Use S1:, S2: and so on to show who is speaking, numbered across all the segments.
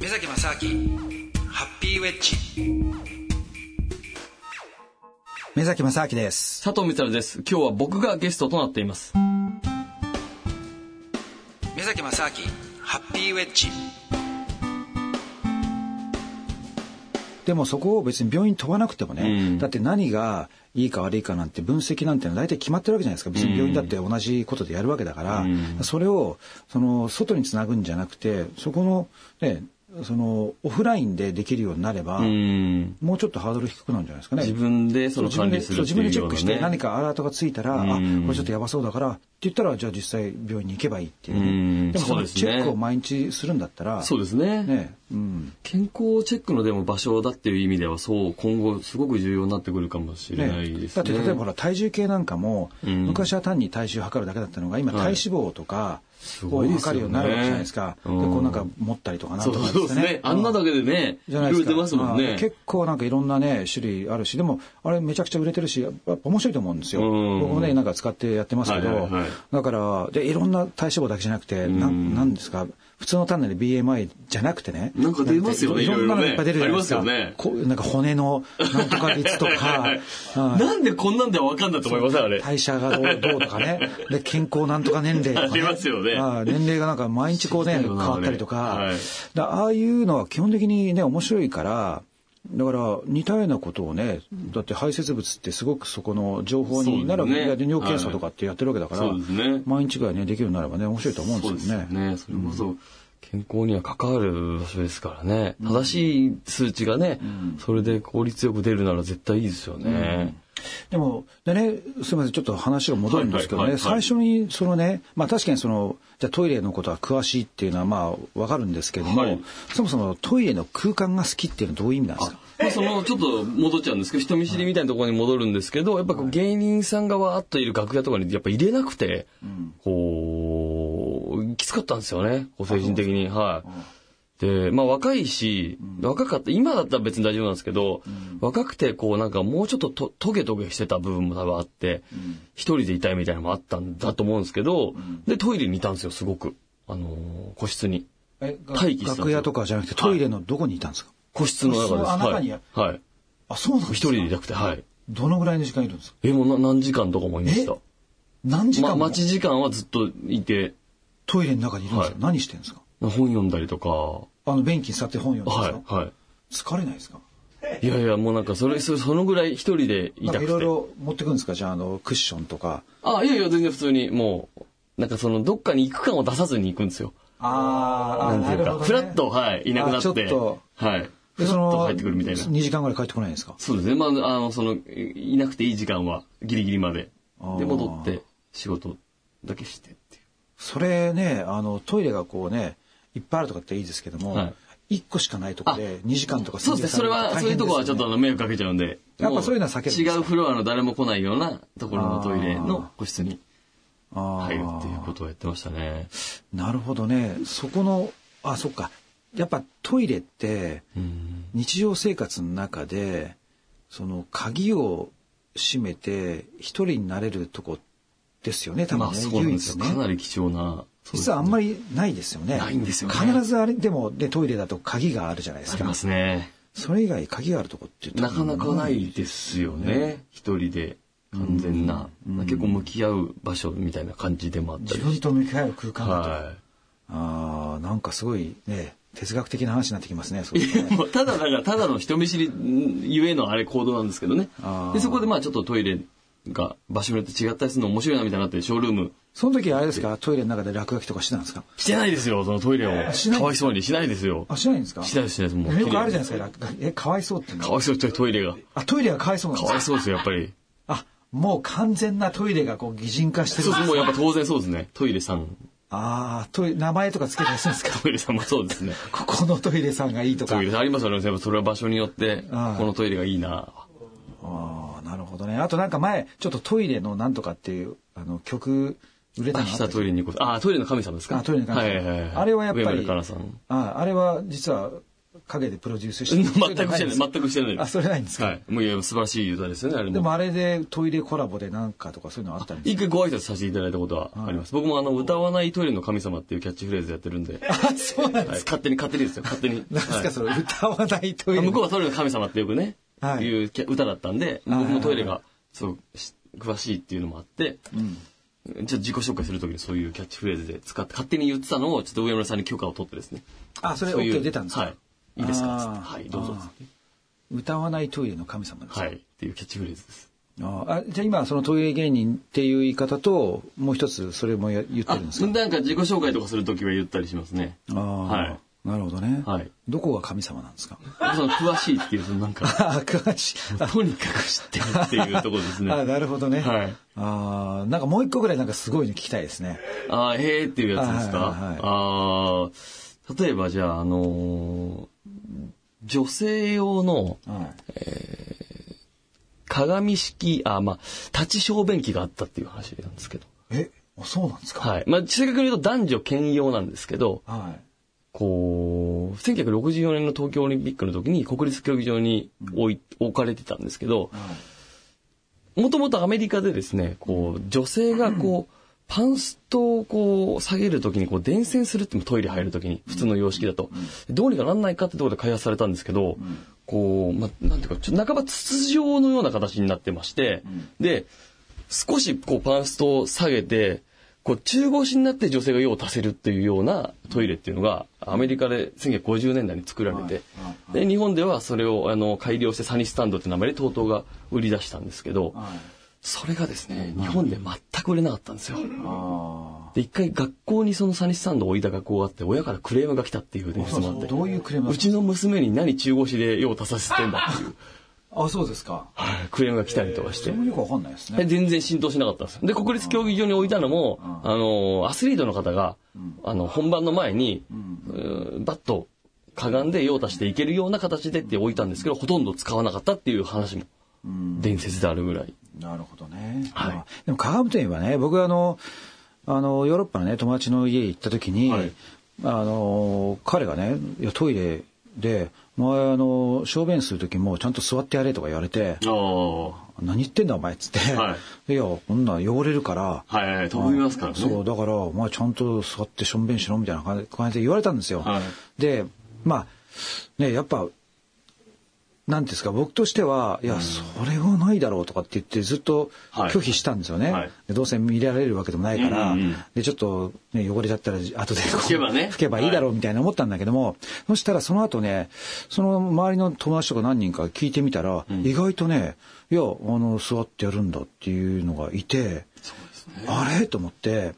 S1: 目崎正明ハッピーウェッジ目崎正明です
S2: 佐藤光です今日は僕がゲストとなっています
S1: 目崎正明ハッピーウェッジでもそこを別に病院飛ばなくてもね、
S2: うん
S1: だって何がいいか悪いかなんて分析なんてのは大体決まってるわけじゃないですか別に病院だって同じことでやるわけだから、
S2: うん
S1: それをその外につなぐんじゃなくてそこの,、ね、そのオフラインでできるようになれば、
S2: うん
S1: もうちょっとハードル低くなるんじゃないですかね。
S2: 自分でその
S1: そう
S2: 管理するって
S1: 自
S2: い
S1: 分
S2: う
S1: で
S2: よ
S1: そう自
S2: う
S1: 分でチェッ
S2: な
S1: クして何
S2: ね
S1: かアラートがついたら、
S2: う
S1: あ
S2: ん
S1: これちょっとやばそうだからって言ったらじゃあ実際病院に行けばいいっていうね、
S2: うん
S1: でもそ
S2: そう
S1: の
S2: ですね
S1: チェックを毎日するんだったら
S2: そうですね
S1: ねうん
S2: 健康チェックのでも場所だっていう意味ではそう今後すごく重要になってくるかもしれない
S1: ね
S2: で、す
S1: だっ
S2: ね
S1: て例えばほら体重計なんかも、
S2: うん
S1: 昔は単に体重を測るだけだったのが今
S2: はい
S1: 体脂肪とか
S2: す
S1: を
S2: ごいですよね
S1: 測るようになるわけじゃないですか、
S2: うん
S1: でこうなんか持ったりとかなん
S2: そ
S1: と
S2: う
S1: か
S2: そうですねあんなだけでねい
S1: じゃな
S2: ろ
S1: い
S2: い
S1: で
S2: ろ
S1: す
S2: 出
S1: か
S2: ますもん
S1: あ
S2: ね
S1: ー結構なんかいろんなね種類あるしでもあれめちゃくちゃ売れてるしやっぱ面白いと思うんですよ
S2: うん
S1: 僕もねなんか使ってやってますけど、
S2: はいはいはい
S1: だからでいろんな体脂肪だけじゃなくて
S2: ん
S1: なんなんですか普通の単なる BMI じゃなくてね
S2: なんか出ますよね
S1: なんていろんなの
S2: いろいろね
S1: いっぱい出るじゃないですか
S2: ありますよね
S1: こうなんか骨のなんとか率と
S2: は
S1: か
S2: い なんでこんなんでは分かんないと思いますあれ
S1: 代謝がどうどうとか ねで健康なんとか年齢とか、
S2: ありますよね
S1: あー年齢がなんか毎日こうね
S2: 知りたい
S1: 変
S2: よな
S1: わったりとか,、
S2: あれはい
S1: だああいうのは基本的にね面白いからだから似たようなことをねだって排泄物ってすごくそこの情報になるわけ
S2: そうですね
S1: で尿検査とかってやってるわけだから、
S2: はいそうですね
S1: 毎日ぐらいねできるようになればね面白いと思うんですよね。
S2: そうですよね。それこそ健康には関わる場所ですからね。正しい数値がね、それで効率よく出るなら絶対いいですよね。
S1: でも、でね、すみません、ちょっと話が戻るんですけど
S2: はい
S1: ね、
S2: はいはいは
S1: 最
S2: い
S1: 初に、そのね、まあ確かにその、じゃあトイレのことは詳しいっていうのはまあわかるんですけども、
S2: はい
S1: そもそもトイレの空間が好きっていうのはどういう意味なんですか
S2: まあそのちょっと戻っちゃうんですけど人見知りみたいなところに戻るんですけどやっぱこう芸人さんがわーっといる楽屋とかにやっぱ入れなくてこうきつかったんですよねこう精神的にはいでまあ若いし若かった今だったら別に大丈夫なんですけど若くてこうなんかもうちょっととトゲトゲしてた部分も多分あって一人でいたいみたいなのもあったんだと思うんですけどでトイレにいたんですよすごくあのー個室に
S1: えが
S2: 待機してたんですよ
S1: 楽屋とかじゃなくてトイレのどこにいたんですか、
S2: 個室の中
S1: 個室
S2: で
S1: のあ
S2: す
S1: 中に
S2: はいはい
S1: あ、そうなんですか
S2: 一人でいなくてはい
S1: どのぐらいの時間いるんですか
S2: え、もうな何時間とかもいました。
S1: 何時間
S2: ま、
S1: も
S2: 待ち時間はずっといて、
S1: トイレの中にいるんですか、
S2: はい
S1: 何してるんですか
S2: 本読んだりとか、は
S1: あの、便器に座って本読んでるんで
S2: い、は
S1: すか、疲れないですか
S2: い。いやいや、もうなんかそれ、そそのぐらい一人でいた
S1: なんか
S2: く
S1: い
S2: て。
S1: ろいろ持ってくるんですかじゃあ、あの、クッションとか。
S2: あ、いやいや、全然普通に、もう、なんかその、どっかに行く感を出さずに行くんですよ。
S1: あーあ、
S2: なんていうか、フラッと、はい、いなくなって、
S1: あちょっと
S2: はい。
S1: で
S2: ふ
S1: そ
S2: らっ
S1: の
S2: と入ってくるみたいな。
S1: 2時間ぐらい帰ってこないんですか
S2: そうですね。まあ、あの、その、いいなくていい時間は、ギリギリまで。
S1: あー
S2: で、戻って、仕事だけしてっていう。
S1: それねあのトイレがこうねいっぱいあるとかっていいですけども、
S2: はい
S1: 一1個しかないとこで2時間とか
S2: そうですね、それは、そういうとこはちょっとあの迷惑かけちゃうんで。
S1: やっぱそういうのは避けるんですか
S2: もう違うフロアの誰も来ないようなところのトイレの個室に
S1: 入
S2: 入るっていうことをやってましたね。
S1: なるほどねそこのあそっかやっぱトイレって
S2: うん
S1: 日常生活の中でその鍵を閉めて一人になれるとこですよね多
S2: まあ
S1: 分ね、
S2: そうなん
S1: 唯
S2: ですよ。
S1: 一ね
S2: かなり貴重な。
S1: 実はあんまりないですよね
S2: ないんですよね
S1: 必ずあれでもでトイレだと鍵があるじゃないで
S2: あ
S1: す
S2: り
S1: か
S2: ますね。
S1: それ以外鍵があるとこって
S2: なかなかないですよね。一人で完全な。結構向き合う場所みたいな感じでもあった
S1: 自
S2: り。
S1: 分と向き合う空間だと、
S2: は
S1: あーなんかすごいね哲学的な話になってきますねそう
S2: い。
S1: いう のね
S2: もうただだからただの人見知りゆえのあれ行動なんですけどね
S1: あー
S2: でそこでまあちょっとトイレが場所によって違ったりするの面白いなみたいになってショールーム
S1: その時あれですかトイレの中で落書きとかしてたんですか
S2: してないですよそのトイレを
S1: しない
S2: かわいそうにしないですよ
S1: あしないんですか
S2: しないですしないですもう
S1: よくあるじゃないですか落書きえかわいそうっていうの
S2: かわいそうにトイレが
S1: あトイレがかわいそうなん
S2: か
S1: です
S2: わいそう
S1: か
S2: ですよやっぱり
S1: あもう完全なトイレがこう擬人化して
S2: そう
S1: る
S2: ですもうやっぱ当然そうですねトイレさん
S1: ああトイレ名前とかつけたりするんですか
S2: トイレさんもそうですね
S1: ここのトイレさんがいいとか
S2: トイレさんありますよねやっぱそれは場所によって
S1: あー
S2: このトイレがいいな
S1: ああなるほどねあとなんか前ちょっとトイレのなんとかっていうあの曲売れた
S2: あ
S1: のあっ
S2: したたトイレに行こうあートイレの神様ですか
S1: あトイレの神様
S2: はいはいはい
S1: あれはやっぱり
S2: 上村かなさん
S1: ああれは実は陰でプロデュースして
S2: 全
S1: る
S2: く
S1: そういうのは
S2: してない、
S1: んですか
S2: 全くしてないで
S1: あ
S2: す。
S1: それないんですか、
S2: はい。もういや、素晴らしい歌ですよね、あれ
S1: で
S2: も。
S1: もあれでトイレコラボでなんかとかそういうのあったんです
S2: 一回ご挨拶させていただいたことはあります。僕もあの、歌わないトイレの神様っていうキャッチフレーズやってるん で、はい、
S1: かあそうなんです
S2: 勝手に、勝手にですよ、勝手に。
S1: なんです
S2: はい
S1: かそれ歌わないトイレ
S2: 向こうはトイレの神様ってよくね、
S1: はい
S2: いうキャ歌だったんで、
S1: はい
S2: 僕もトイレが、そう、し詳しいっていうのもあって、
S1: ん
S2: ちょっと自己紹介するときにそういうキャッチフレーズで使って、勝手に言ってたのを、ちょっと上村さんに許可を取ってですね。
S1: あそれ
S2: そういう
S1: OK 出たんですか
S2: はい。いいですかつって
S1: あー
S2: はい、どうぞ
S1: あ
S2: つ
S1: ー
S2: って。
S1: 歌わないトイレの神様ですか、
S2: はい。っていうキャッチフレーズです。
S1: ああじゃあ今そのトイレ芸人っていう言い方ともう一つそれもや言って
S2: あ、
S1: るんですか
S2: なんか自己紹介とかするときは言ったりしますね。
S1: ああ、
S2: はい。
S1: なるほどね、
S2: はい
S1: どこが神様なんですか
S2: その詳しいっていうとなんか、
S1: あ詳しい
S2: とにかく知ってるっていうところですね。
S1: あなるほどね、
S2: はい
S1: ああなんかもう一個ぐらいなんかすごいの聞きたいですね
S2: あーへーっていうやつですか。
S1: はいはいはい
S2: あー例えばじゃあ、あのー女性用の
S1: は
S2: 鏡式、あーまあ、立ち小便器があったっていう話なんですけど。
S1: いえあそうなんですか
S2: はい。まあ、正確に言うと男女兼用なんですけど、
S1: はい
S2: こう、1964年の東京オリンピックの時に国立競技場に置い置かれてたんですけど、もともとアメリカでですね、こう、女性がこう、パンストをこう、下げるときにこう、伝染するってもトイレ入るときに、普通の様式だと。どうにかなんないかってところで開発されたんですけど、こう、ま、なんていうか、ちょっと半ば筒状のような形になってまして、で、少しこう、パンストを下げて、こう、中腰になって女性が用を足せるっていうようなトイレっていうのが、アメリカで1950年代に作られて、で、日本ではそれを、あの、改良してサニスタンドって名前で TOTO が売り出したんですけど、
S1: はい
S2: それがですね、日本で全く売れなかったんですよ。
S1: あ
S2: で、一回学校にそのサニスタンドを置いた学校があって、親からクレームが来たっていう伝説もあっ
S1: あ
S2: て、
S1: どういうクレーム
S2: うちの娘に何中腰で用を足させてんだって いう、
S1: ああそうですか
S2: はいクレームが来たりとかして
S1: それ。もよくわかんないです
S2: で
S1: ね
S2: 全然浸透しなかったんですよ。で、国立競技場に置いたのも、あの、アスリートの方が、あの、本番の前に、うーバッとかがんで用を足していけるような形でって置いたんですけど、ほとんど使わなかったっていう話も、伝説であるぐらい。
S1: なるほどね、
S2: はい
S1: まあでも科学店はね僕あのあのヨーロッパのね友達の家行った時に、
S2: はい
S1: あの彼がねいやトイレで前あの小便する時もちゃんと座ってやれとか言われて
S2: ああ。
S1: 「何言ってんだお前」っつって「、
S2: はい
S1: やこんなん汚れるから」
S2: はいはい、飛びますからね。
S1: そうだからお前ちゃんと座ってしょんべんしろみたいな感じ感じで言われたんですよ。
S2: は
S1: でまあねやっぱなんていうんですか僕としてはいや、それはないだろうとかって言ってずっと
S2: はい
S1: 拒否したんですよね、
S2: はい
S1: でどうせ見られるわけでもないから、
S2: うんうんうん
S1: でちょっと、ね、汚れちゃったら後でこう
S2: 拭けばね
S1: 拭けばいいだろう
S2: は
S1: みたいな思ったんだけども、そしたらその後ねその周りの友達とか何人か聞いてみたら、意外とねいやあの座ってやるんだっていうのがいて、あれと思って、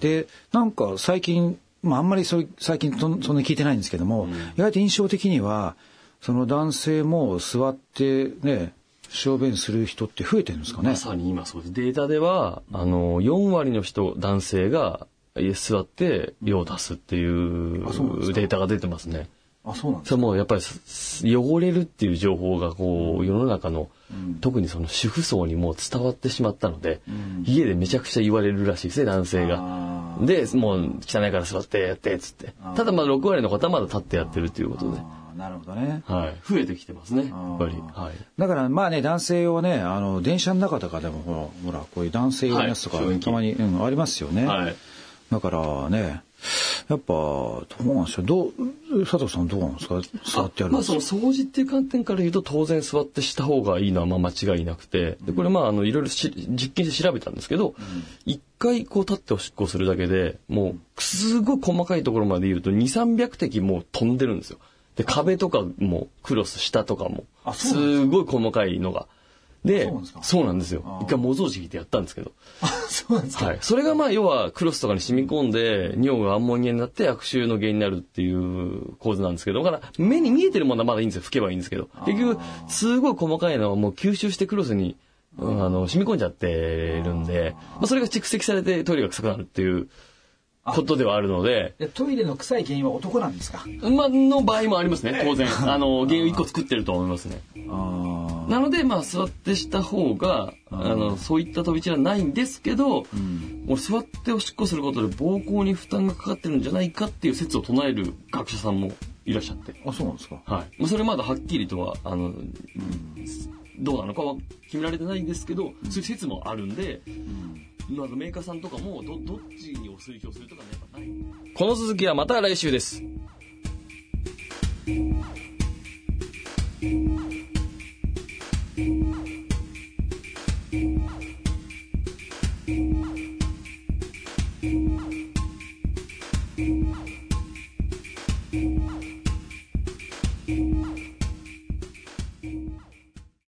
S1: でなんか最近、まあ、あんまりそう最近そんそんなに聞いてないんですけども、意外と印象的にはその男性も座ってね小便する人って増えてるんですかね
S2: ま。さに今そうです。データでは、あの、4割の人、男性が、え座って、用を出すっていう
S1: あそうなんですか
S2: データが出てますね。
S1: あそうなん
S2: それもやっぱりすす汚れるっていう情報がこう世の中の、特にその主婦層にもう伝わってしまったので、家でめちゃくちゃ言われるらしいですね男性が
S1: あ。
S2: でもう汚いから座ってやってっつってただまあ6割の方はまだ立ってやってるということで、
S1: あーなるほどね。
S2: はい、増えてきてますねやっぱり。
S1: あー
S2: はい
S1: だからまあね男性をねあの電車の中とかでもほらほらこういう男性用のやつとか、
S2: はい小便器
S1: たまに、うん、ありますよね、
S2: はい
S1: だからねやっぱどうなんでしょうどう佐藤さんどうなんですか座ってやる
S2: まあその掃除っていう観点から言うと当然座ってした方がいいのはまあ間違いなくてでこれまああのいろいろし実験して調べたんですけど一回こう立っておしっこするだけでもうすごい細かいところまで言うと2300滴もう飛んでるんですよ。で壁とかもクロス下とかも
S1: あそうな
S2: す
S1: んです
S2: ごい細かいのが。
S1: そう
S2: で
S1: なんですか
S2: そうなんですよ
S1: あー
S2: 一回模造紙引いてやったんですけど
S1: あそうなんですか、
S2: はい。それがまあ、要は、クロスとかに染み込んで、尿がアンモニアになって悪臭の原因になるっていう構図なんですけど、だから、目に見えてるものはまだいいんですよ。拭けばいいんですけど。結局、すごい細かいのはもう吸収してクロスに、うんあの、染み込んじゃってるんで、まあ、それが蓄積されてトイレが臭くなるっていうことではあるので、
S1: でトイレの臭い原因は男なんですか
S2: まあ、の場合もありますね。当然。 あの、原因を1個作ってると思いますね。
S1: あ
S2: なので、まあ、座ってした方が、あの、そういった飛び散らないんですけど、俺、座っておしっこすることで膀胱に負担がかかってるんじゃないかっていう説を唱える学者さんもいらっしゃって。
S1: あ、そうなんですか。
S2: はい。まあ、それまだはっきりとは、あの、どうなのかは決められてないんですけど、そういう説もあるんで、まあメーカーさんとかも、ど、どっちにお推奨するとかね、やっぱない。この続きはまた来週です。
S3: 「